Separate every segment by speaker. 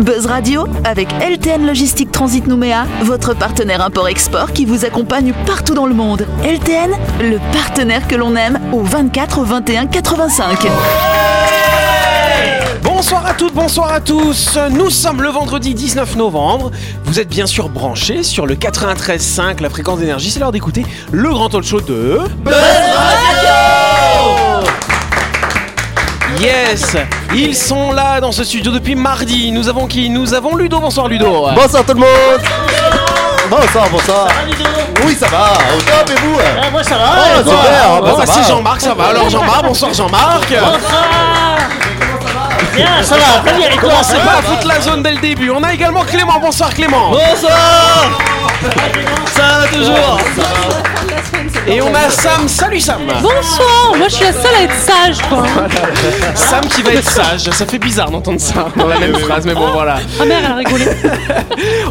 Speaker 1: Buzz Radio avec LTN Logistique Transit Nouméa, votre partenaire import-export qui vous accompagne partout dans le monde. LTN, le partenaire que l'on aime au 24 21 85.
Speaker 2: Bonsoir à toutes, bonsoir à tous. Nous sommes le vendredi 19 novembre. Vous êtes bien sûr branchés sur le 93.5, la fréquence d'énergie. C'est l'heure d'écouter le grand talk show de Buzz Radio. Yes, ils sont là dans ce studio depuis mardi. Nous avons qui Nous avons Ludo. Bonsoir Ludo.
Speaker 3: Bonsoir tout le monde Bonsoir, bonsoir Oui, ça va Au top, et vous
Speaker 4: Bah, moi ça
Speaker 3: Oh,
Speaker 4: va
Speaker 3: super hein,
Speaker 2: Bon,
Speaker 3: bah,
Speaker 2: bah,
Speaker 3: ça va.
Speaker 2: c'est Jean-Marc, ça va. Alors Jean-Marc, bonsoir Jean-Marc.
Speaker 4: Bien, ça va, très bien, et toi
Speaker 2: Commencez pas à foutre la zone dès le début. On a également Clément. Bonsoir Clément.
Speaker 3: Bonsoir
Speaker 2: Ça va toujours. Et on a Sam. Salut Sam.
Speaker 5: Bonsoir, moi je suis la seule à être sage quoi.
Speaker 2: Sam qui va être sage. Ça fait bizarre d'entendre ça dans la même phrase, mais bon voilà.
Speaker 5: Ma mère elle a rigolé.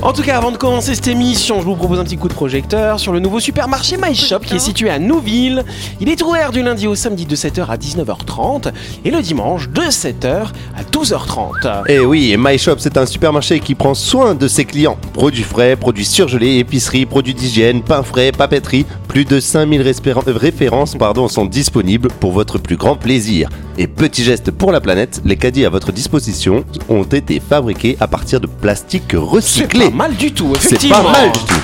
Speaker 2: En tout cas, avant de commencer cette émission, je vous propose un petit coup de projecteur sur le nouveau supermarché My Shop qui est situé à Nouville. Il est ouvert du lundi au samedi de 7h à 19h30 et le dimanche de 7h à 12h30.
Speaker 3: Et Eh oui, My Shop, c'est un supermarché qui prend soin de ses clients. Produits frais, produits surgelés, épicerie, produits d'hygiène, pain frais, papeterie. Plus de 5000 respéra- euh, références pardon, sont disponibles pour votre plus grand plaisir. Et petit geste pour la planète, les caddies à votre disposition ont été fabriqués à partir de plastique
Speaker 2: C'est
Speaker 3: recyclé.
Speaker 2: pas mal du tout,
Speaker 3: C'est
Speaker 2: effectivement.
Speaker 3: pas mal du tout.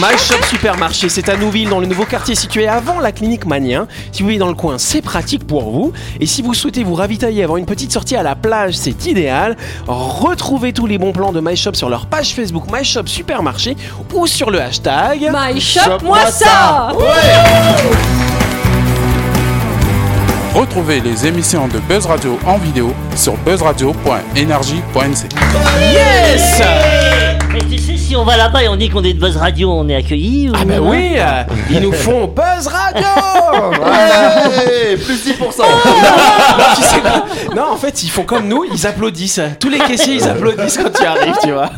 Speaker 2: My Shop Supermarché, c'est à Nouville, dans le nouveau quartier situé avant la clinique Manien. Si vous vivez dans le coin, c'est pratique pour vous. Et si vous souhaitez vous ravitailler avant une petite sortie à la plage, c'est idéal. Retrouvez tous les bons plans de My Shop sur leur page Facebook My Shop Supermarché ou sur le hashtag.
Speaker 5: My shop, moi ça
Speaker 6: Retrouvez les émissions de Buzz Radio en vidéo sur buzzradio.energie.nc.
Speaker 2: Yes
Speaker 4: Mais tu sais, si on va là-bas et on dit qu'on est de Buzz Radio, on est accueilli ou...
Speaker 2: Ah bah oui, euh, ils nous font Buzz Radio
Speaker 3: Ouais, plus 10%
Speaker 2: non, tu sais quoi Non, en fait, ils font comme nous, ils applaudissent. Tous les caissiers, ils applaudissent quand tu arrives, tu vois.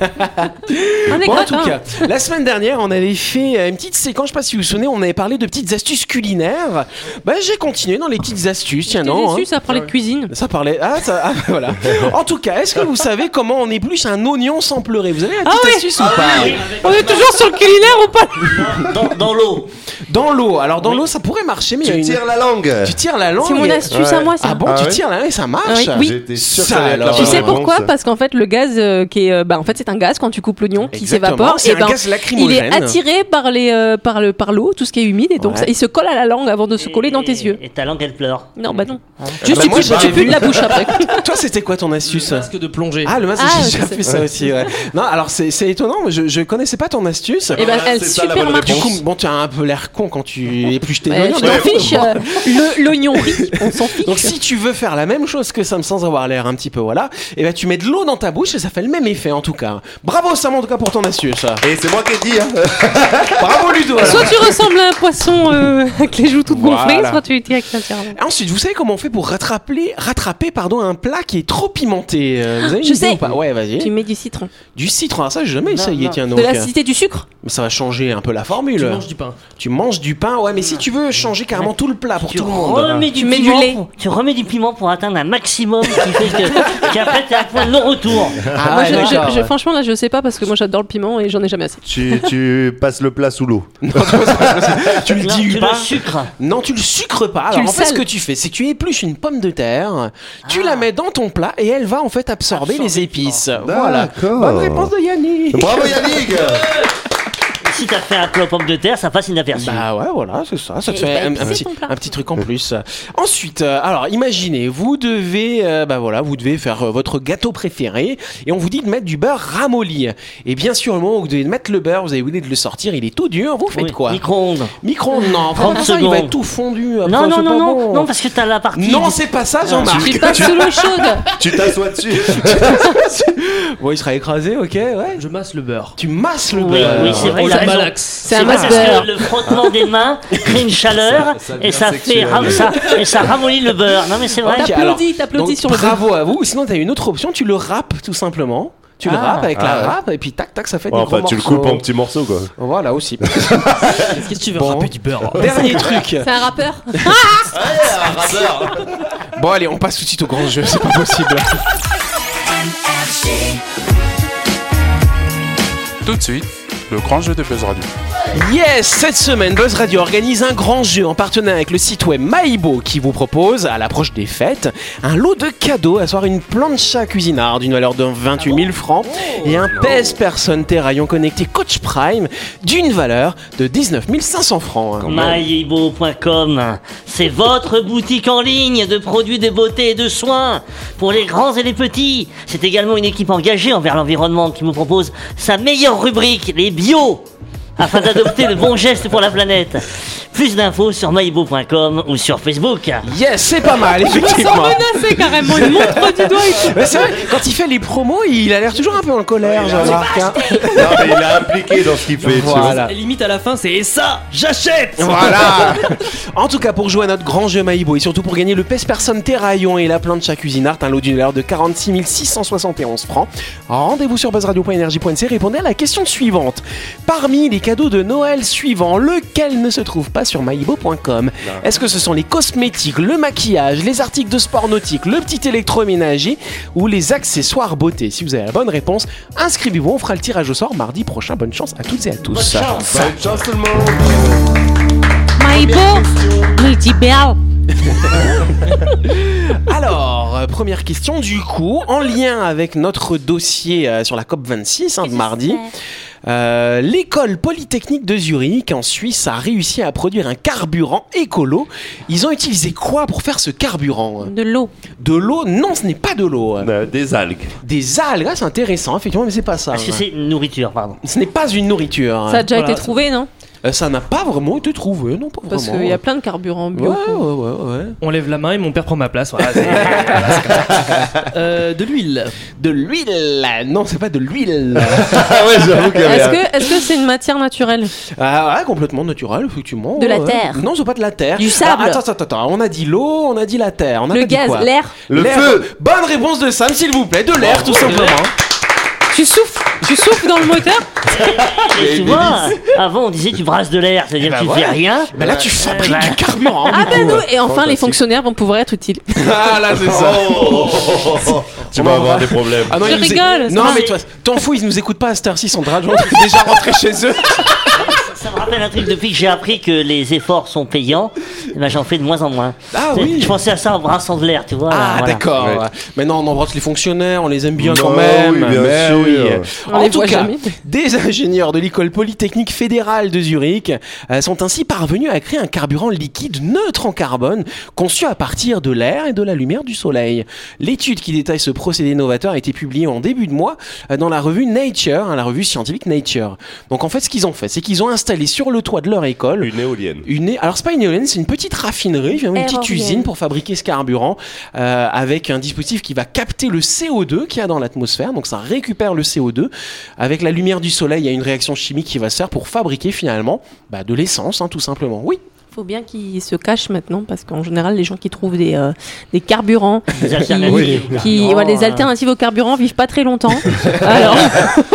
Speaker 5: On est
Speaker 2: Bon, en tout
Speaker 5: gratin.
Speaker 2: cas, la semaine dernière, on avait fait euh, une petite séquence, je sais pas si vous vous souvenez, on avait parlé de petites astuces culinaires. Bah, j'ai continué dans les petites astuces, tiens,
Speaker 5: J'étais
Speaker 2: non.
Speaker 5: déçue,
Speaker 2: hein.
Speaker 5: ça parlait de cuisine.
Speaker 2: Ça parlait. Ah, ça. ah, voilà. En tout cas, est-ce que vous savez comment on épluche un oignon sans pleurer Vous avez la petite
Speaker 5: oui.
Speaker 2: astuce ou pas
Speaker 5: On est toujours sur le Ah culinaire ou pas
Speaker 4: Ah Dans, dans l'eau.
Speaker 2: Dans l'eau. Alors, dans l'eau, ça pourrait marcher, mais il y a
Speaker 3: Tu
Speaker 2: une-
Speaker 3: tires la langue
Speaker 2: tu tires la langue.
Speaker 5: C'est mon
Speaker 2: et-
Speaker 5: astuce à
Speaker 3: Ouais.
Speaker 5: moi ça.
Speaker 2: Ah bon, bah,
Speaker 3: Ah
Speaker 2: tu
Speaker 3: ouais
Speaker 2: tires la langue et ça marche
Speaker 5: Ah oui.
Speaker 3: J'étais sûr que ça allait être
Speaker 2: Alors,
Speaker 3: la
Speaker 5: Tu sais
Speaker 3: bonne
Speaker 5: pourquoi
Speaker 3: réponse.
Speaker 5: Parce qu'en fait, le gaz euh, qui est, euh, bah, en fait, c'est un gaz quand tu coupes l'oignon qui
Speaker 2: Exactement,
Speaker 5: s'évapore.
Speaker 2: C'est
Speaker 5: et
Speaker 2: un
Speaker 5: ben,
Speaker 2: gaz
Speaker 5: il est
Speaker 2: lacrymogène.
Speaker 5: attiré par les, euh, par le, par l'eau, tout ce qui est humide, et donc
Speaker 2: Ouais.
Speaker 5: ça- il se colle à la langue avant de se coller dans tes
Speaker 4: Et-
Speaker 5: yeux.
Speaker 4: Et ta langue, elle pleure.
Speaker 5: Non, bah non.
Speaker 2: Ah
Speaker 5: Juste
Speaker 2: bah
Speaker 5: tu
Speaker 2: moi,
Speaker 5: pues-
Speaker 2: j'avais
Speaker 5: tu pues
Speaker 2: vu.
Speaker 5: de la bouche après.
Speaker 2: Toi, c'était quoi ton astuce
Speaker 7: masque de plongée.
Speaker 2: Ah, le masque,
Speaker 5: Ah,
Speaker 2: j'ai
Speaker 5: je
Speaker 2: déjà
Speaker 5: sais.
Speaker 2: fait ça aussi. ouais. Non, alors c'est c'est étonnant, mais je, je connaissais pas ton astuce.
Speaker 5: Et ben, elle
Speaker 3: c'est ça, la
Speaker 5: super
Speaker 3: bonne
Speaker 5: marche.
Speaker 2: Du coup, bon, tu as un peu l'air con quand tu épluches tes
Speaker 5: Ouais,
Speaker 2: oignons.
Speaker 5: Je m'en fiche. euh, le- L'oignon riz, on s'en fiche.
Speaker 2: Donc si tu veux faire la même chose que Sam sans avoir l'air un petit peu voilà, et ben tu mets de l'eau dans ta bouche et ça fait le même effet en tout cas. Bravo Sam en tout cas pour ton astuce.
Speaker 3: Et c'est moi qui ai dit hein.
Speaker 2: Bravo Ludo. alors.
Speaker 5: Soit tu ressembles à un poisson euh, avec les joues toutes gonflées,
Speaker 2: Voilà.
Speaker 5: soit tu es avec la terre.
Speaker 2: Ensuite, vous savez comment on fait pour rattraper, rattraper pardon, un plat qui est trop pimenté euh, Vous avez une
Speaker 5: Je
Speaker 2: idée
Speaker 5: sais.
Speaker 2: ou pas Ouais, vas-y.
Speaker 5: Tu mets du citron.
Speaker 2: Du citron, ah, ça j'ai jamais essayé, tiens donc. euh,
Speaker 5: de l'acidité du sucre
Speaker 2: Mais ça va changer un peu la formule.
Speaker 7: Tu manges du pain.
Speaker 2: Tu manges du pain, ouais, mais si tu veux changer carrément tout le plat pour tout le monde. hein.
Speaker 4: remets du
Speaker 5: Tu mets du
Speaker 4: piment
Speaker 5: lait.
Speaker 4: pour- Tu remets du piment pour atteindre un maximum qui fait que- qu'après t'es à point de non-retour.
Speaker 2: Ah,
Speaker 5: Moi,
Speaker 2: ouais,
Speaker 5: je- je-
Speaker 2: d'accord,
Speaker 5: je-
Speaker 2: ouais.
Speaker 5: Franchement, là, je sais pas parce que moi j'adore le piment et j'en ai jamais assez.
Speaker 3: tu, tu passes le plat sous l'eau.
Speaker 2: Tu le
Speaker 4: Non,
Speaker 2: dis
Speaker 4: tu
Speaker 2: pas.
Speaker 4: le sucres.
Speaker 2: Non, tu le sucres pas. Alors
Speaker 5: le
Speaker 2: en fait, ce
Speaker 5: sales.
Speaker 2: que tu fais, c'est que tu épluches une pomme de terre, tu la mets dans ton plat et elle va en fait absorber, les épices. Voilà.
Speaker 3: D'accord.
Speaker 2: Bonne réponse de Yannick.
Speaker 3: Bravo Yannick
Speaker 4: Si t'as fait un plat aux pommes de terre, ça passe inaperçu.
Speaker 2: Bah ouais, voilà, c'est ça. Ça te
Speaker 5: Et
Speaker 2: fait
Speaker 5: t'as
Speaker 2: un, un petit,
Speaker 5: épicé ton plat.
Speaker 2: un petit truc en plus. Ensuite, euh, alors imaginez, vous devez, euh, bah voilà, vous devez faire euh, votre gâteau préféré et on vous dit de mettre du beurre ramolli. Et bien sûr, le moment où vous devez mettre le beurre, vous avez oublié de le sortir, il est tout dur. Vous faites
Speaker 4: Oui,
Speaker 2: quoi
Speaker 4: Micro-ondes.
Speaker 2: Micro, non,
Speaker 4: 30
Speaker 2: franchement, ça, Ah, il va
Speaker 4: secondes.
Speaker 2: être tout fondu. après,
Speaker 4: Non, non,
Speaker 2: c'est
Speaker 4: non,
Speaker 2: pas
Speaker 4: non,
Speaker 2: bon.
Speaker 4: non, parce que Ah, t'as la partie.
Speaker 2: Non, c'est pas ça, Jean-Marc.
Speaker 5: Il passe sous l'eau chaude
Speaker 3: Tu t'assois dessus
Speaker 2: Bon, il sera écrasé, ok, ouais.
Speaker 7: Je masse le beurre.
Speaker 2: Tu masses le
Speaker 4: Oui,
Speaker 2: beurre.
Speaker 4: oui, c'est vrai,
Speaker 7: On
Speaker 4: il a
Speaker 7: la
Speaker 4: raison.
Speaker 7: malaxe.
Speaker 5: C'est un
Speaker 4: pas
Speaker 5: masse
Speaker 4: parce
Speaker 5: beurre.
Speaker 4: que le frottement des mains crée une chaleur et ça fait ram- ça, et ça ramollit le beurre. Non mais c'est vrai.
Speaker 2: Ok,
Speaker 5: T'applaudis,
Speaker 2: donc,
Speaker 5: t'applaudis sur le
Speaker 2: bravo à vous. Sinon, t'as une autre option, tu le râpes tout simplement. Tu le
Speaker 7: Ah,
Speaker 2: râpes avec la râpe et puis tac tac ça fait des gros
Speaker 3: Oh, Enfin, tu le
Speaker 2: morceaux.
Speaker 3: coupes hein. en petits morceaux quoi.
Speaker 2: Voilà aussi.
Speaker 7: Qu'est-ce que tu veux
Speaker 2: Bon.
Speaker 7: râper du beurre
Speaker 2: Dernier truc.
Speaker 5: C'est un rappeur
Speaker 2: Bon allez, on passe tout de suite au grand jeu, c'est pas possible.
Speaker 6: Tout de suite, le grand jeu de Buzz Radio.
Speaker 2: Yes, cette semaine, Buzz Radio organise un grand jeu en partenariat avec le site web Maibo qui vous propose, à l'approche des fêtes, un lot de cadeaux, à savoir une plancha cuisinard d'une valeur de 28 000 francs et un PS Personne Terraillon connecté Coach Prime d'une valeur de 19 500 francs.
Speaker 4: Maibo.com, c'est votre boutique en ligne de produits de beauté et de soins pour les grands et les petits. C'est également une équipe engagée envers l'environnement qui nous propose sa meilleure rubrique, les bio, afin d'adopter le bon geste pour la planète. Plus d'infos sur maibo.com ou sur Facebook.
Speaker 2: Yes, c'est pas mal, effectivement.
Speaker 5: menacé carrément, il montre du doigt et
Speaker 2: Mais c'est vrai, quand il fait les promos, il a l'air toujours un peu en colère, Jean-Marc. hein.
Speaker 3: Non, mais il a impliqué dans ce qu'il fait. tu vois.
Speaker 2: Voilà.
Speaker 7: Et limite à la fin, c'est et ça, j'achète
Speaker 2: Voilà En tout cas, pour jouer à notre grand jeu Maïbo et surtout pour gagner le PES Personne Terraillon et la plancha cuisine art, un lot d'une valeur de 46 671 francs, rendez-vous sur buzzradio.energie.nc répondez à la question suivante. Parmi les cadeaux de Noël suivants, lequel ne se trouve pas sur maïbo.com Est-ce que ce sont les cosmétiques, le maquillage, les articles de sport nautique, le petit électroménager ou les accessoires beauté Si vous avez la bonne réponse, inscrivez-vous, on fera le tirage au sort mardi prochain. Bonne chance à toutes et à tous.
Speaker 3: Bonne chance tout le monde.
Speaker 2: Alors, euh, première question du coup, en lien avec notre dossier euh, sur la COP26 hein, de mardi. euh, L'école polytechnique de Zurich en Suisse a réussi à produire un carburant écolo. Ils ont utilisé quoi pour faire ce carburant
Speaker 5: De l'eau.
Speaker 2: De l'eau Non, ce n'est pas de l'eau.
Speaker 3: Euh, Des algues.
Speaker 2: Des algues, ah, c'est intéressant, effectivement, mais c'est pas ça.
Speaker 4: Est-ce que c'est une nourriture, pardon
Speaker 2: Ce n'est pas une nourriture.
Speaker 5: Ah, Ça a déjà
Speaker 7: Voilà.
Speaker 5: été trouvé, non
Speaker 2: Euh, ça n'a pas vraiment été trouvé, non pas
Speaker 5: Parce
Speaker 2: vraiment.
Speaker 5: qu'il y a plein de carburants bio.
Speaker 2: Ouais, ouais, ouais, ouais.
Speaker 7: On lève la main et mon père prend ma place. voilà, c'est- voilà, c'est comme ça. Euh, de l'huile.
Speaker 2: De l'huile Non, c'est pas de l'huile.
Speaker 3: Ah ouais, j'avoue qu'il y avait
Speaker 5: Est-ce
Speaker 3: un-
Speaker 5: que est-ce que c'est une matière naturelle
Speaker 2: Ah ouais, complètement naturel, effectivement.
Speaker 5: De la
Speaker 2: ouais, ouais.
Speaker 5: terre.
Speaker 2: Non, c'est pas de la terre.
Speaker 5: Du sable.
Speaker 2: Ah, attends, attends, attends. On a dit l'eau, on a dit la terre. On a
Speaker 5: Le
Speaker 2: pas dit
Speaker 5: gaz,
Speaker 2: quoi
Speaker 5: l'air
Speaker 3: Le
Speaker 2: L'air.
Speaker 3: feu.
Speaker 2: Bonne réponse de Sam, s'il vous plaît. De l'air, tout simplement.
Speaker 5: Tu souffles Tu souffles dans le moteur
Speaker 4: Et tu vois, avant on disait tu brasses de l'air, c'est-à-dire que tu fais rien.
Speaker 2: Bah là, tu fabriques du carburant.
Speaker 5: Ah bah non Et enfin, les
Speaker 3: fantastique.
Speaker 5: fonctionnaires vont pouvoir être utiles.
Speaker 2: Ah là, c'est ça.
Speaker 3: Tu vas avoir des problèmes.
Speaker 2: Ah non,
Speaker 5: Je
Speaker 2: ils nous é-
Speaker 5: rigole, c'est
Speaker 2: Non,
Speaker 5: marrant.
Speaker 2: mais toi, t'en fous, ils nous écoutent pas à cette heure-ci, ils sont déjà ils sont déjà rentrés chez eux.
Speaker 4: Ça me rappelle un truc depuis que j'ai appris que les efforts sont payants, eh ben, j'en fais de moins en moins.
Speaker 2: Ah
Speaker 4: C'est-
Speaker 2: oui.
Speaker 4: Je pensais à ça en brassant de l'air, tu vois.
Speaker 2: Ah,
Speaker 4: voilà.
Speaker 2: d'accord.
Speaker 3: Ouais.
Speaker 2: Maintenant, on embrasse les fonctionnaires, on les aime bien
Speaker 3: Bah
Speaker 2: quand même.
Speaker 3: oui, bien
Speaker 2: Mais
Speaker 3: sûr.
Speaker 5: On
Speaker 2: en
Speaker 5: les
Speaker 2: tout
Speaker 5: voit
Speaker 2: cas,
Speaker 5: jamais.
Speaker 2: des ingénieurs de l'école polytechnique fédérale de Zurich euh, sont ainsi parvenus à créer un carburant liquide neutre en carbone conçu à partir de l'air et de la lumière du soleil. L'étude qui détaille ce procédé novateur a été publiée en début de mois euh, dans la revue Nature, hein, la revue scientifique Nature. Donc en fait, ce qu'ils ont fait, c'est qu'ils ont installé sur le toit de leur école
Speaker 3: Une éolienne.
Speaker 2: une é- alors c'est pas une éolienne, c'est une petite raffinerie, une petite
Speaker 5: Aérorienne.
Speaker 2: usine pour fabriquer ce carburant euh, avec un dispositif qui va capter le CO2 qu'il y a dans l'atmosphère, donc ça récupère le CO2. Avec la lumière du soleil, il y a une réaction chimique qui va se faire pour fabriquer finalement bah, de l'essence, hein, tout simplement. Oui,
Speaker 5: Faut bien qu'ils se cachent maintenant parce qu'en général, les gens qui trouvent des, euh, des carburants,
Speaker 4: Des
Speaker 3: Oui.
Speaker 4: alternatives.
Speaker 5: qui,
Speaker 4: Non,
Speaker 5: ouais, les
Speaker 4: euh,
Speaker 5: alternatives au carburant vivent pas très longtemps. Alors,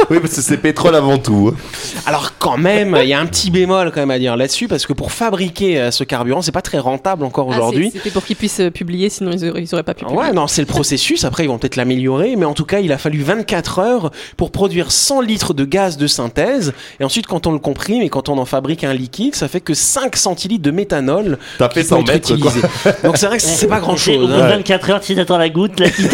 Speaker 3: Oui, parce que c'est pétrole avant tout. hein.
Speaker 2: Alors quand même, il y a un petit bémol quand même à dire là-dessus parce que pour fabriquer euh, ce carburant, c'est pas très rentable encore aujourd'hui.
Speaker 5: Ah, c'est- c'était pour qu'ils puissent euh, publier, sinon ils, auraient- ils auraient pas pu. Publier.
Speaker 2: Ouais, non, c'est le processus. Après, ils vont peut-être l'améliorer. Mais en tout cas, il a fallu 24 heures pour produire 100 litres de gaz de synthèse. Et ensuite, quand on le comprime et quand on en fabrique un liquide, ça fait que 5 centilitres de méthanol
Speaker 3: T'as
Speaker 2: qui
Speaker 3: fait
Speaker 2: peut
Speaker 3: 100
Speaker 2: être
Speaker 3: mètres, quoi.
Speaker 2: utilisé. Donc c'est vrai que c'est pas
Speaker 4: Au
Speaker 2: grand-chose.
Speaker 4: bout de
Speaker 2: hein.
Speaker 4: 24 heures, si t'attends la goutte, là, tu-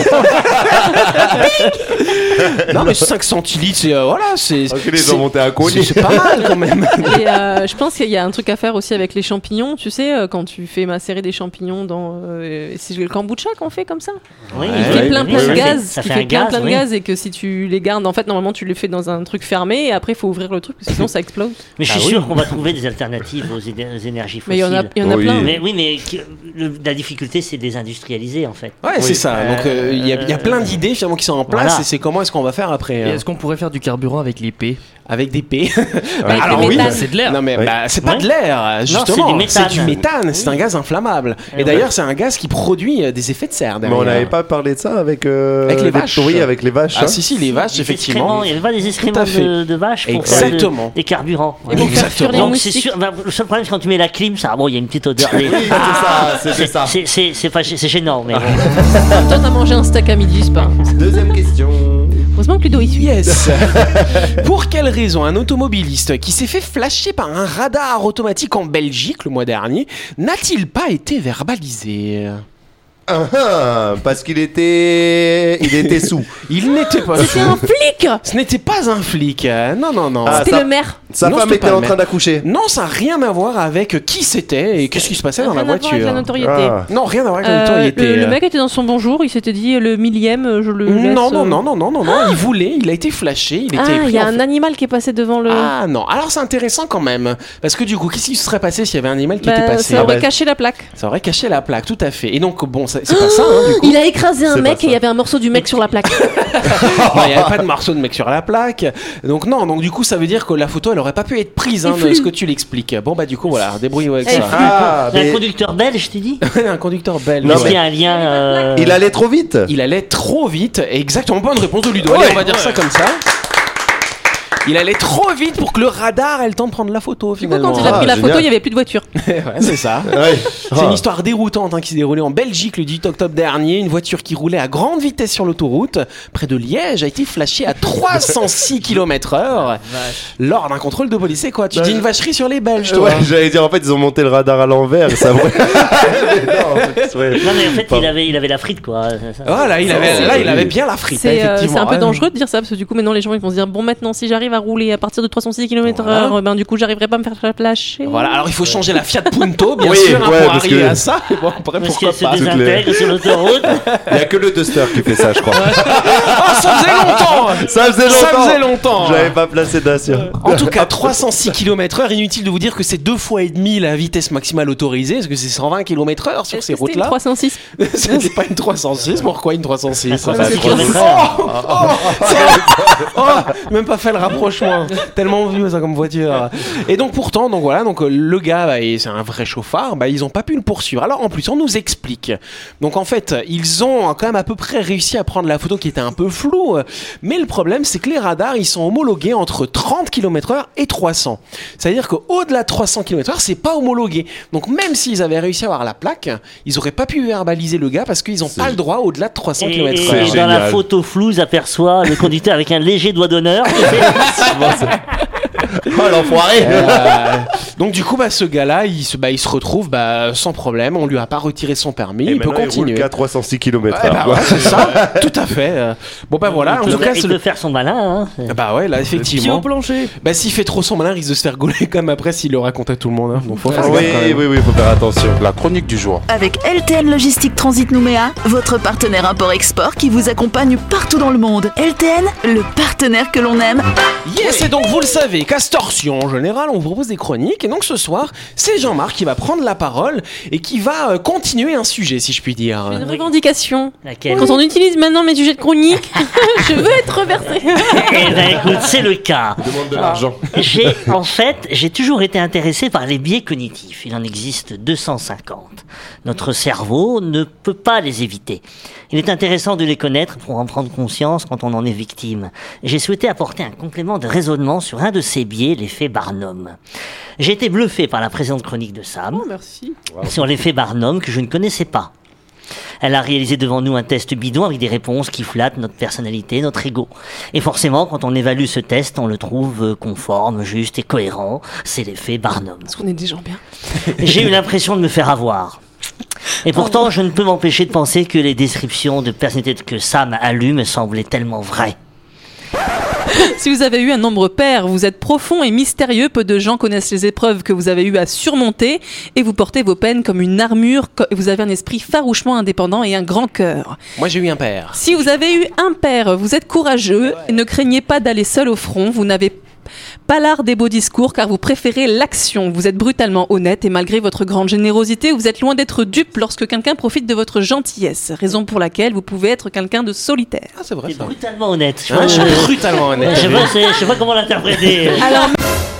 Speaker 2: Non, mais 5 centilitres, c'est... euh, voilà, c'est...
Speaker 3: Ok, les
Speaker 2: c'est-
Speaker 3: gens montaient à
Speaker 2: c'est-
Speaker 3: Cogni.
Speaker 2: c'est pas mal quand même.
Speaker 5: Et, euh, je pense qu'il y a un truc à faire aussi avec les champignons. Tu sais, euh, quand tu fais macérer des champignons dans, euh, c'est le kombucha qu'on fait comme ça.
Speaker 4: Oui,
Speaker 5: Il
Speaker 3: Ouais,
Speaker 5: fait plein
Speaker 4: Ah oui,
Speaker 5: plein
Speaker 4: ça
Speaker 5: de
Speaker 4: fait-
Speaker 5: gaz,
Speaker 4: Ça
Speaker 5: qui
Speaker 4: fait un
Speaker 5: fait plein
Speaker 4: gaz,
Speaker 5: plein de
Speaker 4: oui.
Speaker 5: gaz et que si tu les gardes, en fait normalement tu les fais dans un truc fermé et après il faut ouvrir le truc parce que sinon ça explose.
Speaker 4: Mais je
Speaker 2: Ah
Speaker 4: suis
Speaker 2: oui.
Speaker 4: sûr qu'on va trouver des alternatives aux, éner- aux énergies
Speaker 5: Mais il y
Speaker 4: fossiles.
Speaker 5: en a, il y en a
Speaker 3: Oui.
Speaker 5: plein.
Speaker 4: Mais oui, mais que- le- la difficulté, c'est de les industrialiser, en fait.
Speaker 2: Ouais, c'est ça. Donc euh, il y, a- il y a plein d'idées finalement qui sont en place.
Speaker 4: Voilà.
Speaker 2: Et c'est comment est-ce qu'on va faire après
Speaker 7: Et
Speaker 2: euh,
Speaker 7: est-ce qu'on pourrait faire du carburant avec les P
Speaker 2: Avec des P.
Speaker 5: Avec
Speaker 2: Alors
Speaker 5: le
Speaker 2: oui,
Speaker 5: méthane.
Speaker 7: C'est de l'air.
Speaker 2: Non mais
Speaker 3: Ouais.
Speaker 2: bah, c'est pas
Speaker 4: Ouais.
Speaker 2: de l'air, justement.
Speaker 4: c'est du
Speaker 2: C'est
Speaker 4: méthane.
Speaker 2: du méthane, c'est un gaz inflammable.
Speaker 4: Eh
Speaker 2: Et
Speaker 4: ouais.
Speaker 2: d'ailleurs, c'est un gaz qui produit euh, des effets de serre.
Speaker 3: Mais
Speaker 2: derrière.
Speaker 3: on n'avait pas parlé de ça avec, euh,
Speaker 2: Avec les vaches.
Speaker 3: Oui, avec les vaches.
Speaker 2: Ah
Speaker 3: hein.
Speaker 2: si si, les vaches,
Speaker 4: Des
Speaker 2: effectivement.
Speaker 4: excréments, Il n'y avait pas des
Speaker 2: à
Speaker 4: excréments
Speaker 2: fait.
Speaker 4: de, de vaches pour faire de-
Speaker 2: Exactement.
Speaker 4: des carburants.
Speaker 5: Et
Speaker 4: Ouais.
Speaker 5: pour faire fuir les
Speaker 4: Donc c'est
Speaker 5: moustiques.
Speaker 4: sûr, bah, le seul problème c'est quand tu mets la clim, ça, bon, il y a une petite odeur. mais-
Speaker 3: Oui, Ah, c'est ça, c'est ça.
Speaker 4: C'est- C'est c'est fâché- c'est gênant, mais bon.
Speaker 5: Toi t'as mangé un steak à midi, c'est pas.
Speaker 3: Deuxième question.
Speaker 5: Heureusement que Ludo est suit.
Speaker 2: Yes Pour quelle raison un automobiliste qui s'est fait flasher par un radar automatique en Belgique le mois dernier n'a-t-il pas été verbalisé
Speaker 3: Ah, ah, parce qu'il était. Il était sous.
Speaker 2: Il n'était pas
Speaker 5: C'était un flic
Speaker 2: Ce n'était pas un flic. euh, Non, non, non.
Speaker 3: Ah,
Speaker 5: C'était
Speaker 3: ça-
Speaker 5: le maire.
Speaker 3: Sa
Speaker 2: Non,
Speaker 3: femme
Speaker 2: c'était
Speaker 3: était
Speaker 2: pas
Speaker 3: en
Speaker 2: le
Speaker 3: train d'accoucher.
Speaker 2: Non, ça n'a rien à voir avec qui c'était et qu'est-ce qui se passait dans la
Speaker 5: Rien à voir avec
Speaker 2: voiture.
Speaker 5: la notoriété.
Speaker 3: Ah.
Speaker 2: Non, rien à voir avec
Speaker 5: Euh,
Speaker 2: la notoriété.
Speaker 5: le, le mec était dans son bonjour, il s'était dit le millième, euh, je le. laisse,
Speaker 2: Non, non,
Speaker 5: euh.
Speaker 2: non, non, non, non, non. Il voulait, il a été flashé, il était
Speaker 5: Ah, il
Speaker 2: pris
Speaker 5: y a
Speaker 2: en
Speaker 5: un animal qui est passé devant le.
Speaker 2: Ah non, alors c'est intéressant quand même. Parce que du coup, qu'est-ce qui se serait passé s'il y avait un animal qui
Speaker 5: Bah,
Speaker 2: était passé
Speaker 5: ça aurait
Speaker 3: Ah bah.
Speaker 5: caché la plaque.
Speaker 2: Ça aurait caché la plaque, tout à fait. Et donc, bon, ça- c'est pas ça, hein, du coup.
Speaker 5: Il a écrasé un
Speaker 3: C'est
Speaker 5: mec
Speaker 3: pas ça.
Speaker 5: et il y avait un morceau du mec sur la plaque.
Speaker 2: Non, Il n'y avait pas de morceau de mec sur la plaque. Donc non, donc du coup, ça veut dire que la photo, elle aurait pas pu être prise, hein,
Speaker 5: Et
Speaker 2: de ce
Speaker 5: flûte.
Speaker 2: que tu l'expliques. Bon, bah du coup, voilà, débrouille-toi avec
Speaker 5: Et
Speaker 2: ça.
Speaker 3: Ah,
Speaker 4: C'est un
Speaker 3: mais
Speaker 4: conducteur belge, je t'ai dit
Speaker 2: Un conducteur belge.
Speaker 3: Non,
Speaker 4: Est-ce
Speaker 2: ouais.
Speaker 4: qu'il y a un lien euh,
Speaker 3: il allait trop vite.
Speaker 2: Il allait trop vite. Exactement, bonne réponse de Ludo. Allez, on va dire ça comme ça. Il allait trop vite pour que le radar ait le temps de prendre la photo,
Speaker 5: Du coup,
Speaker 2: finalement.
Speaker 5: quand il a
Speaker 3: Ah,
Speaker 5: pris la
Speaker 3: génial.
Speaker 5: photo, il n'y avait plus de voiture.
Speaker 2: Ouais, c'est ça.
Speaker 3: Ouais.
Speaker 2: C'est une
Speaker 3: Ah.
Speaker 2: histoire déroutante hein, qui s'est déroulée en Belgique le 18 octobre dernier. Une voiture qui roulait à grande vitesse sur l'autoroute près de Liège a été flashée à 306 km/h lors d'un contrôle de police. C'est quoi Tu
Speaker 3: Bah,
Speaker 2: dis
Speaker 3: je-
Speaker 2: une vacherie sur les Belges, toi
Speaker 3: Ouais, j'allais dire en fait ils ont monté le radar à l'envers, ça vrai. Non, en fait, ouais.
Speaker 4: Non, mais en fait, il
Speaker 3: Pardon.
Speaker 4: avait, il avait la frite, quoi. c'est ça.
Speaker 2: Voilà, il avait, là, il avait bien la frite.
Speaker 5: C'est euh,
Speaker 2: effectivement.
Speaker 5: c'est un peu
Speaker 2: Ouais.
Speaker 5: dangereux de dire ça parce que du coup, maintenant les gens ils vont se dire bon, maintenant si j'arrive à rouler à partir de 306 km/h,
Speaker 2: Voilà.
Speaker 5: ben du coup, j'arriverai pas à me faire flasher.
Speaker 2: Voilà, alors il faut changer la Fiat Punto, bien
Speaker 3: Oui,
Speaker 2: sûr, hein,
Speaker 3: ouais,
Speaker 2: pour
Speaker 3: parce
Speaker 2: arriver
Speaker 3: que-
Speaker 2: à ça. Bon, après,
Speaker 4: Parce
Speaker 2: pourquoi
Speaker 4: qu'elle se
Speaker 2: pas
Speaker 4: désintègre sur l'autoroute.
Speaker 3: Il y a que le Duster qui fait ça, je crois.
Speaker 2: Ah, ça faisait longtemps
Speaker 3: Ça faisait longtemps.
Speaker 2: Ça faisait longtemps
Speaker 3: J'avais pas placé d'assure.
Speaker 2: En tout cas, 306 km/h, inutile de vous dire que c'est deux fois et demi la vitesse maximale autorisée, parce que c'est 120 km/h sur
Speaker 5: Est-ce
Speaker 2: ces
Speaker 5: que c'était une
Speaker 2: routes-là.
Speaker 5: 306.
Speaker 2: Ce n'est pas une 306, pourquoi une 306
Speaker 4: Ah,
Speaker 2: Oh,
Speaker 4: bah,
Speaker 2: c'est-
Speaker 4: trois-
Speaker 2: Oh, oh, oh, Même pas fait le rapprochement. Tellement vieux ça comme voiture. Et donc pourtant, donc voilà, donc euh, le gars, bah, et c'est un vrai chauffard, bah, ils ont pas pu le poursuivre. Alors en plus, on nous explique. Donc en fait, ils ont quand même à peu près réussi à prendre la photo qui était un peu floue. euh, Mais le problème, c'est que les radars, ils sont homologués entre 30 km/h et 300. C'est-à-dire qu'au-delà de 300 km/h, c'est pas homologué. Donc même s'ils avaient réussi à avoir la plaque, ils auraient pas pu verbaliser le gars parce qu'ils ont pas le droit au-delà de 300
Speaker 4: Et,
Speaker 2: km/h.
Speaker 4: et
Speaker 3: C'est
Speaker 4: dans la
Speaker 3: génial.
Speaker 4: photo floue, aperçoit le conducteur avec un léger doigt d'honneur. tu sais.
Speaker 3: Oh l'enfoiré
Speaker 2: Euh, donc du coup, bah, ce gars-là, il se, bah, il se retrouve bah, sans problème. On lui a pas retiré son permis.
Speaker 3: Et
Speaker 2: il peut
Speaker 3: maintenant, roule
Speaker 2: continuer.
Speaker 3: qu'à 306 km
Speaker 2: Ouais, bah, ouais, c'est ça, tout à fait. euh. Bon bah voilà, en
Speaker 4: il
Speaker 2: tout
Speaker 4: peut,
Speaker 2: cas,
Speaker 4: il
Speaker 2: c'est
Speaker 4: peut
Speaker 2: le...
Speaker 4: faire son malin. hein.
Speaker 2: Bah ouais, là
Speaker 7: Pied au
Speaker 2: effectivement.
Speaker 7: plancher.
Speaker 2: Bah s'il fait trop son malin, il risque de se faire gauler comme après s'il le raconte à tout le monde. hein. Donc faut faire
Speaker 3: oui,
Speaker 2: gaffe quand même.
Speaker 3: oui, oui, faut faire attention.
Speaker 6: La chronique du jour.
Speaker 1: Avec LTN Logistique Transit Nouméa, votre partenaire import-export qui vous accompagne partout dans le monde. LTN, le partenaire que l'on aime.
Speaker 2: Yes, et donc vous le savez, Castorsion, en général, on vous propose des chroniques. Et donc ce soir, c'est Jean-Marc qui va prendre la parole et qui va euh, continuer un sujet, si je puis dire.
Speaker 5: Une revendication.
Speaker 4: Laquelle
Speaker 5: Quand on utilise maintenant mes sujets de chronique, je veux être reversé.
Speaker 4: Eh ben écoute, c'est le cas.
Speaker 3: Demande de l'argent.
Speaker 4: J'ai en fait, j'ai toujours été intéressé par les biais cognitifs. Il en existe 250. Notre cerveau ne peut pas les éviter. Il est intéressant de les connaître pour en prendre conscience quand on en est victime. J'ai souhaité apporter un complément de raisonnement sur un de ces biais, l'effet Barnum. J'ai été bluffé par la présente chronique de Sam
Speaker 5: Merci.
Speaker 4: sur l'effet Barnum que je ne connaissais pas. Elle a réalisé devant nous un test bidon avec des réponses qui flattent notre personnalité, notre ego. Et forcément, quand on évalue ce test, on le trouve euh, conforme, juste et cohérent. C'est l'effet Barnum.
Speaker 5: Parce qu'on est des gens bien.
Speaker 4: J'ai eu l'impression de me faire avoir. Et pourtant, je ne peux m'empêcher de penser que les descriptions de personnalités que Sam a lues me semblaient tellement vraies.
Speaker 5: Si vous avez eu un nombre pair, vous êtes profond et mystérieux, peu de gens connaissent les épreuves que vous avez eu à surmonter et vous portez vos peines comme une armure, co- vous avez un esprit farouchement indépendant et un grand cœur.
Speaker 2: Moi j'ai eu un père.
Speaker 5: Si vous avez eu un père, vous êtes courageux, ne craignez pas d'aller seul au front, vous n'avez pas l'art des beaux discours car vous préférez l'action, vous êtes brutalement honnête et malgré votre grande générosité, vous êtes loin d'être dupe lorsque quelqu'un profite de votre gentillesse, raison pour laquelle vous pouvez être quelqu'un de solitaire.
Speaker 2: Ah c'est vrai
Speaker 4: C'est
Speaker 2: ça.
Speaker 4: brutalement honnête. Je
Speaker 2: Hein,
Speaker 4: pense
Speaker 2: je
Speaker 4: que-
Speaker 2: suis brutalement
Speaker 4: Ouais,
Speaker 2: honnête.
Speaker 4: Je sais pas, c'est- je sais pas comment l'interpréter.
Speaker 5: Alors,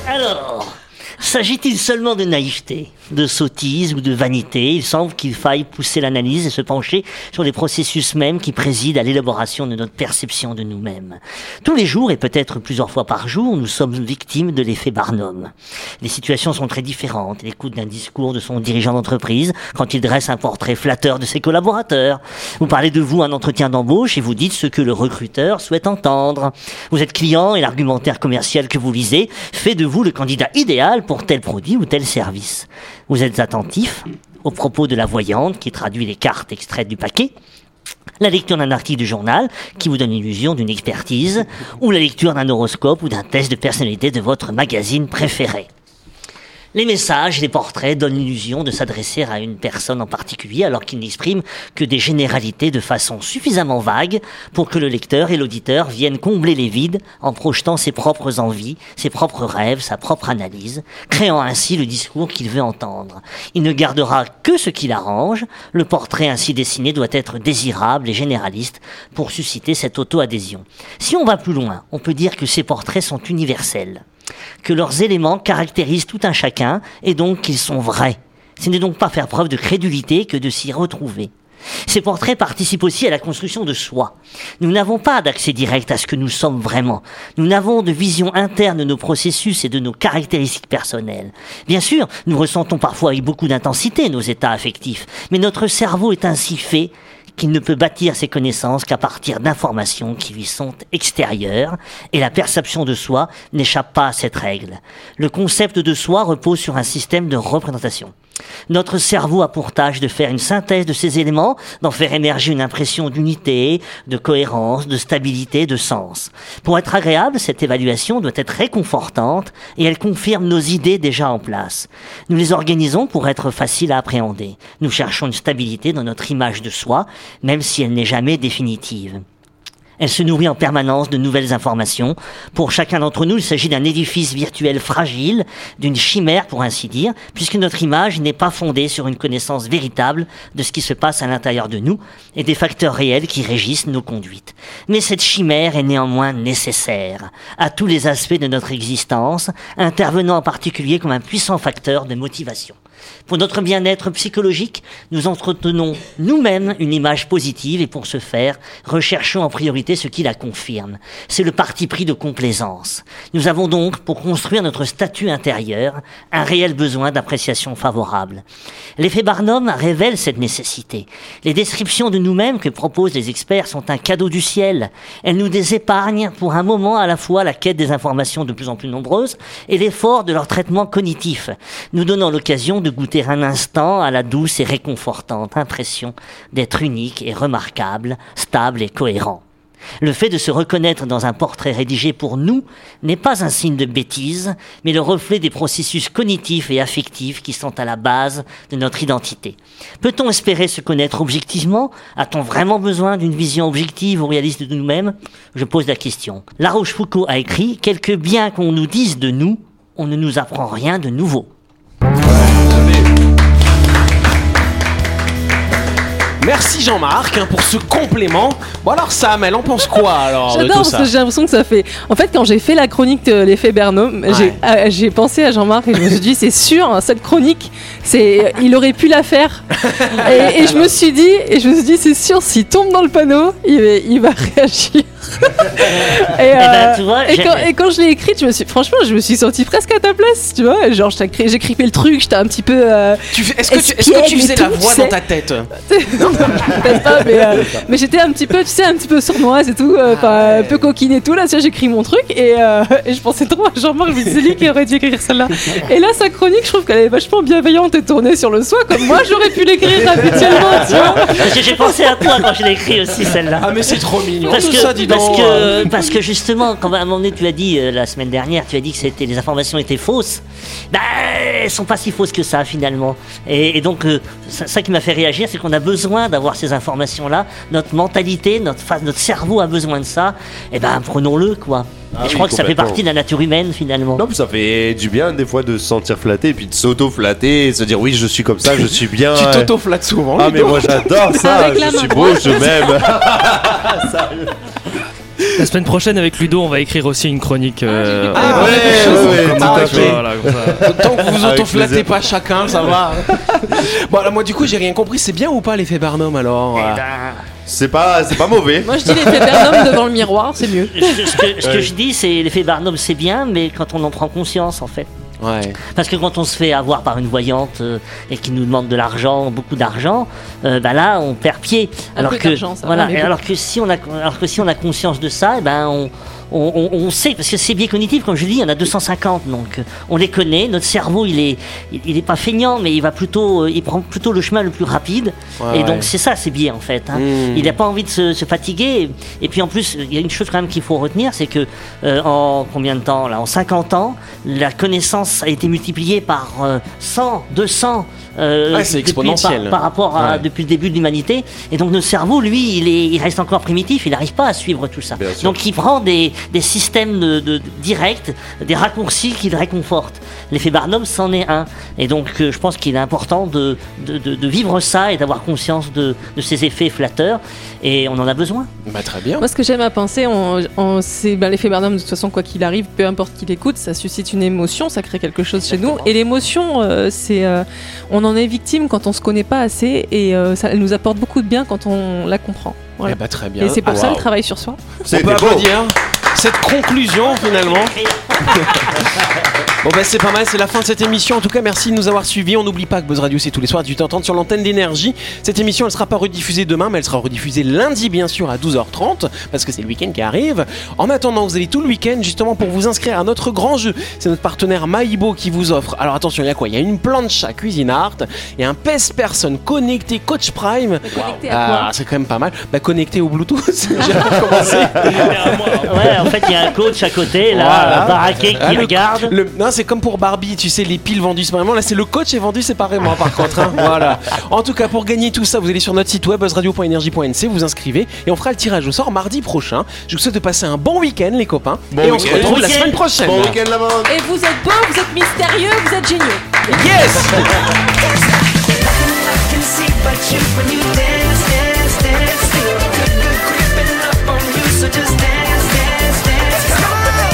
Speaker 4: Alors, S'agit-il seulement de naïveté, de sottise ou de vanité Il semble qu'il faille pousser l'analyse et se pencher sur les processus mêmes qui président à l'élaboration de notre perception de nous-mêmes. Tous les jours, et peut-être plusieurs fois par jour, nous sommes victimes de l'effet Barnum. Les situations sont très différentes. L'écoute d'un discours de son dirigeant d'entreprise quand il dresse un portrait flatteur de ses collaborateurs. Vous parlez de vous à un entretien d'embauche et vous dites ce que le recruteur souhaite entendre. Vous êtes client et l'argumentaire commercial que vous lisez fait de vous le candidat idéal pour tel produit ou tel service. Vous êtes attentif aux propos de la voyante qui traduit les cartes extraites du paquet la lecture d'un article de journal qui vous donne l'illusion d'une expertise, ou la lecture d'un horoscope ou d'un test de personnalité de votre magazine préféré. Les messages et les portraits donnent l'illusion de s'adresser à une personne en particulier alors qu'ils n'expriment que des généralités de façon suffisamment vague pour que le lecteur et l'auditeur viennent combler les vides en projetant ses propres envies, ses propres rêves, sa propre analyse, créant ainsi le discours qu'il veut entendre. Il ne gardera que ce qui l'arrange, le portrait ainsi dessiné doit être désirable et généraliste pour susciter cette auto-adhésion. Si on va plus loin, on peut dire que ces portraits sont universels que leurs éléments caractérisent tout un chacun et donc qu'ils sont vrais. Ce n'est donc pas faire preuve de crédulité que de s'y retrouver. Ces portraits participent aussi à la construction de soi. Nous n'avons pas d'accès direct à ce que nous sommes vraiment. Nous n'avons de vision interne de nos processus et de nos caractéristiques personnelles. Bien sûr, nous ressentons parfois avec beaucoup d'intensité nos états affectifs, mais notre cerveau est ainsi fait qu'il ne peut bâtir ses connaissances qu'à partir d'informations qui lui sont extérieures, et la perception de soi n'échappe pas à cette règle. Le concept de soi repose sur un système de représentation. Notre cerveau a pour tâche de faire une synthèse de ces éléments, d'en faire émerger une impression d'unité, de cohérence, de stabilité, de sens. Pour être agréable, cette évaluation doit être réconfortante et elle confirme nos idées déjà en place. Nous les organisons pour être faciles à appréhender. Nous cherchons une stabilité dans notre image de soi, même si elle n'est jamais définitive. Elle se nourrit en permanence de nouvelles informations. Pour chacun d'entre nous, il s'agit d'un édifice virtuel fragile, d'une chimère pour ainsi dire, puisque notre image n'est pas fondée sur une connaissance véritable de ce qui se passe à l'intérieur de nous et des facteurs réels qui régissent nos conduites. Mais cette chimère est néanmoins nécessaire à tous les aspects de notre existence, intervenant en particulier comme un puissant facteur de motivation. Pour notre bien-être psychologique, nous entretenons nous-mêmes une image positive et pour ce faire, recherchons en priorité ce qui la confirme. C'est le parti pris de complaisance. Nous avons donc, pour construire notre statut intérieur, un réel besoin d'appréciation favorable. L'effet Barnum révèle cette nécessité. Les descriptions de nous-mêmes que proposent les experts sont un cadeau du ciel. Elles nous désépargnent pour un moment à la fois la quête des informations de plus en plus nombreuses et l'effort de leur traitement cognitif, nous donnant l'occasion de goûter un instant à la douce et réconfortante impression d'être unique et remarquable, stable et cohérent. Le fait de se reconnaître dans un portrait rédigé pour nous n'est pas un signe de bêtise, mais le reflet des processus cognitifs et affectifs qui sont à la base de notre identité. Peut-on espérer se connaître objectivement A-t-on vraiment besoin d'une vision objective ou réaliste de nous-mêmes Je pose la question. La Rochefoucauld a écrit « Quelque bien qu'on nous dise de nous, on ne nous apprend rien de nouveau ».
Speaker 2: Merci Jean-Marc hein, pour ce complément. Bon alors Sam, elle en pense quoi alors de
Speaker 5: J'adore
Speaker 2: tout
Speaker 5: parce
Speaker 2: ça
Speaker 5: que j'ai l'impression que ça fait. En fait, quand j'ai fait la chronique de l'effet Bernum, j'ai- euh, j'ai pensé à Jean-Marc et je me suis dit, c'est sûr, hein, cette chronique, c'est, il aurait pu la faire. Et, et je me suis dit, et je me suis dit, c'est sûr, s'il tombe dans le panneau, il, va- il va réagir. et,
Speaker 4: Eh ben,
Speaker 5: euh,
Speaker 4: tu vois,
Speaker 5: et
Speaker 4: j'ai-
Speaker 5: quand, et quand je l'ai écrite, je me suis, franchement, je me suis sentie presque à ta place, tu vois. Genre, je t'ai cré- j'écrivais le truc, j'étais un petit peu. euh,
Speaker 2: Tu fais- Est-ce que, tu- est-ce que tu
Speaker 5: espiègle et
Speaker 2: faisais la
Speaker 5: tout, tu
Speaker 2: voix
Speaker 5: sais.
Speaker 2: dans ta tête
Speaker 5: non, peut-être pas, mais, euh, mais j'étais un petit peu, tu sais, un petit peu sournoise et tout, euh, enfin, un peu coquine et tout. Là, tu sais, j'écris mon truc et, euh, et je pensais trop à Jean-Marc, je me disais, c'est lui qui aurait dû écrire celle-là. Et là, sa chronique, je trouve qu'elle est vachement bienveillante et tournée sur le soi, comme moi, j'aurais pu l'écrire habituellement, tu vois.
Speaker 4: Parce que j'ai pensé à toi quand je l'ai écrit aussi celle-là.
Speaker 2: Ah mais c'est trop mignon
Speaker 4: Parce
Speaker 2: tout
Speaker 4: que,
Speaker 2: ça, dis
Speaker 4: parce,
Speaker 2: donc. euh.
Speaker 4: que, parce que justement, quand à un moment donné tu as dit euh, la semaine dernière, tu as dit que c'était, les informations étaient fausses, bah, elles sont pas si fausses que ça finalement. Et, et donc, euh, ça, ça qui m'a fait réagir, c'est qu'on a besoin d'avoir ces informations-là. Notre mentalité, notre, fa- notre cerveau a besoin de ça. Et ben, prenons-le quoi.
Speaker 3: Ah
Speaker 4: et je
Speaker 3: oui,
Speaker 4: crois que ça fait
Speaker 3: complètement.
Speaker 4: partie de la nature humaine finalement.
Speaker 3: Non, puis ça fait du bien des fois de se sentir flatté et puis de s'auto-flatter et se dire oui, je suis comme ça, je suis bien.
Speaker 2: Tu t'auto-flattes souvent.
Speaker 3: Ah,
Speaker 2: Ludo.
Speaker 3: mais moi j'adore ça,
Speaker 5: Avec la
Speaker 3: je
Speaker 5: main
Speaker 3: suis beau, je m'aime.
Speaker 7: La semaine prochaine, avec Ludo, on va écrire aussi une chronique. euh,
Speaker 2: Ah,
Speaker 7: euh,
Speaker 2: ouais,
Speaker 3: ouais,
Speaker 7: comme
Speaker 3: ouais, tout à
Speaker 7: ça, tu vois,
Speaker 3: fait.
Speaker 7: voilà, comme ça.
Speaker 2: Tant que vous vous
Speaker 3: Avec
Speaker 2: auto-flattez
Speaker 3: plaisir.
Speaker 2: pas chacun, ça va. bon, alors moi, du coup, j'ai rien compris. C'est bien ou pas l'effet Barnum alors
Speaker 4: Eh
Speaker 5: Eh
Speaker 2: euh,
Speaker 4: ben,
Speaker 5: ben.
Speaker 3: C'est pas, c'est pas mauvais.
Speaker 5: Moi je dis l'effet Barnum devant le miroir, c'est mieux.
Speaker 4: Je- ce que, ce
Speaker 3: Euh,
Speaker 4: que je dis, c'est l'effet Barnum, c'est bien, mais quand on en prend conscience, en fait.
Speaker 2: Ouais.
Speaker 4: Parce que quand on se fait avoir par une voyante euh, et qui nous demande de l'argent, beaucoup d'argent, euh, bah là, on perd pied.
Speaker 5: Un peu
Speaker 4: que
Speaker 5: d'argent, ça va,
Speaker 4: voilà,
Speaker 5: mais
Speaker 4: et
Speaker 5: bon.
Speaker 4: alors que si on a, alors que si on a conscience de ça, eh ben on on, on- on sait, parce que ces biais cognitifs, comme je dis, il y en a 250, donc euh, on les connaît, notre cerveau, il est, il, il est pas feignant, mais il va plutôt, euh, il prend plutôt le chemin le plus rapide,
Speaker 2: Ouais,
Speaker 4: et donc
Speaker 2: ouais.
Speaker 4: c'est ça ces biais en fait. hein.
Speaker 2: Mm.
Speaker 4: Il n'a pas envie de se, se fatiguer, et puis en plus, il y a une chose quand même qu'il faut retenir, c'est que euh, en combien de temps là En 50 ans, la connaissance a été multipliée par euh, 100, 200.
Speaker 2: Ouais,
Speaker 4: euh,
Speaker 2: Ah, c'est
Speaker 4: depuis-
Speaker 2: exponentiel.
Speaker 4: par- par rapport à
Speaker 2: Ouais.
Speaker 4: depuis le début de l'humanité. Et donc notre cerveau, lui, il, est, il reste encore primitif, il n'arrive pas à suivre tout ça.
Speaker 3: Bien sûr.
Speaker 4: Donc il prend des, des systèmes de, de- de- directs, des raccourcis qui le réconfortent. L'effet Barnum, c'en est un. Et donc euh, je pense qu'il est important de, de, de- de vivre ça et d'avoir conscience de, de ces effets flatteurs. Et on en a besoin.
Speaker 2: Bah très bien.
Speaker 5: Moi, ce que j'aime à penser, on, on- c'est ben, l'effet Barnum, de toute façon, quoi qu'il arrive, peu importe qu'il écoute, ça suscite une émotion, ça crée quelque chose chez nous. Et l'émotion, euh, c'est, euh, on en est victime quand on se connaît pas assez, et euh, ça, elle nous apporte beaucoup de bien quand on la comprend. Voilà.
Speaker 2: Eh bah très bien.
Speaker 5: Et c'est pour ça le
Speaker 2: Waouh.
Speaker 5: travail sur soi.
Speaker 2: On peut
Speaker 3: C'était beau.
Speaker 2: applaudir cette conclusion finalement. Bon bah c'est pas mal, c'est la fin de cette émission. En tout cas, merci de nous avoir suivis. On n'oublie pas que Buzz Radio c'est tous les soirs à 18h30 sur l'antenne d'énergie. Cette émission elle sera pas rediffusée demain, mais elle sera rediffusée lundi bien sûr à 12h30 parce que c'est le week-end qui arrive. En attendant, vous avez tout le week-end justement pour vous inscrire à notre grand jeu. C'est notre partenaire Maibo qui vous offre. Alors attention, il y a quoi Il y a une planche à cuisine art, il y a un PES personne connecté Coach Prime.
Speaker 5: Connecté à quoi
Speaker 2: Ah, c'est quand même pas mal. Bah connecté au Bluetooth. J'ai pas commencé.
Speaker 4: Ouais, en fait, il y a un coach à côté, là,
Speaker 2: Voilà.
Speaker 4: baraqué, qui
Speaker 2: Ah, le-
Speaker 4: regarde.
Speaker 2: Le- non, c'est comme pour Barbie, tu sais, les piles vendues séparément. Là, c'est le coach est vendu séparément, par contre. hein. Voilà. En tout cas, pour gagner tout ça, vous allez sur notre site web buzzradio.energie.nc, vous inscrivez et on fera le tirage au sort mardi prochain. Je vous souhaite de passer un bon week-end, les copains.
Speaker 3: Bon
Speaker 2: et on se
Speaker 3: week-end.
Speaker 2: retrouve la
Speaker 4: Bon
Speaker 2: semaine
Speaker 4: week-end.
Speaker 2: prochaine.
Speaker 3: Bon week-end la bande.
Speaker 5: Et vous êtes beau, vous êtes mystérieux, vous êtes géniaux.
Speaker 2: yes!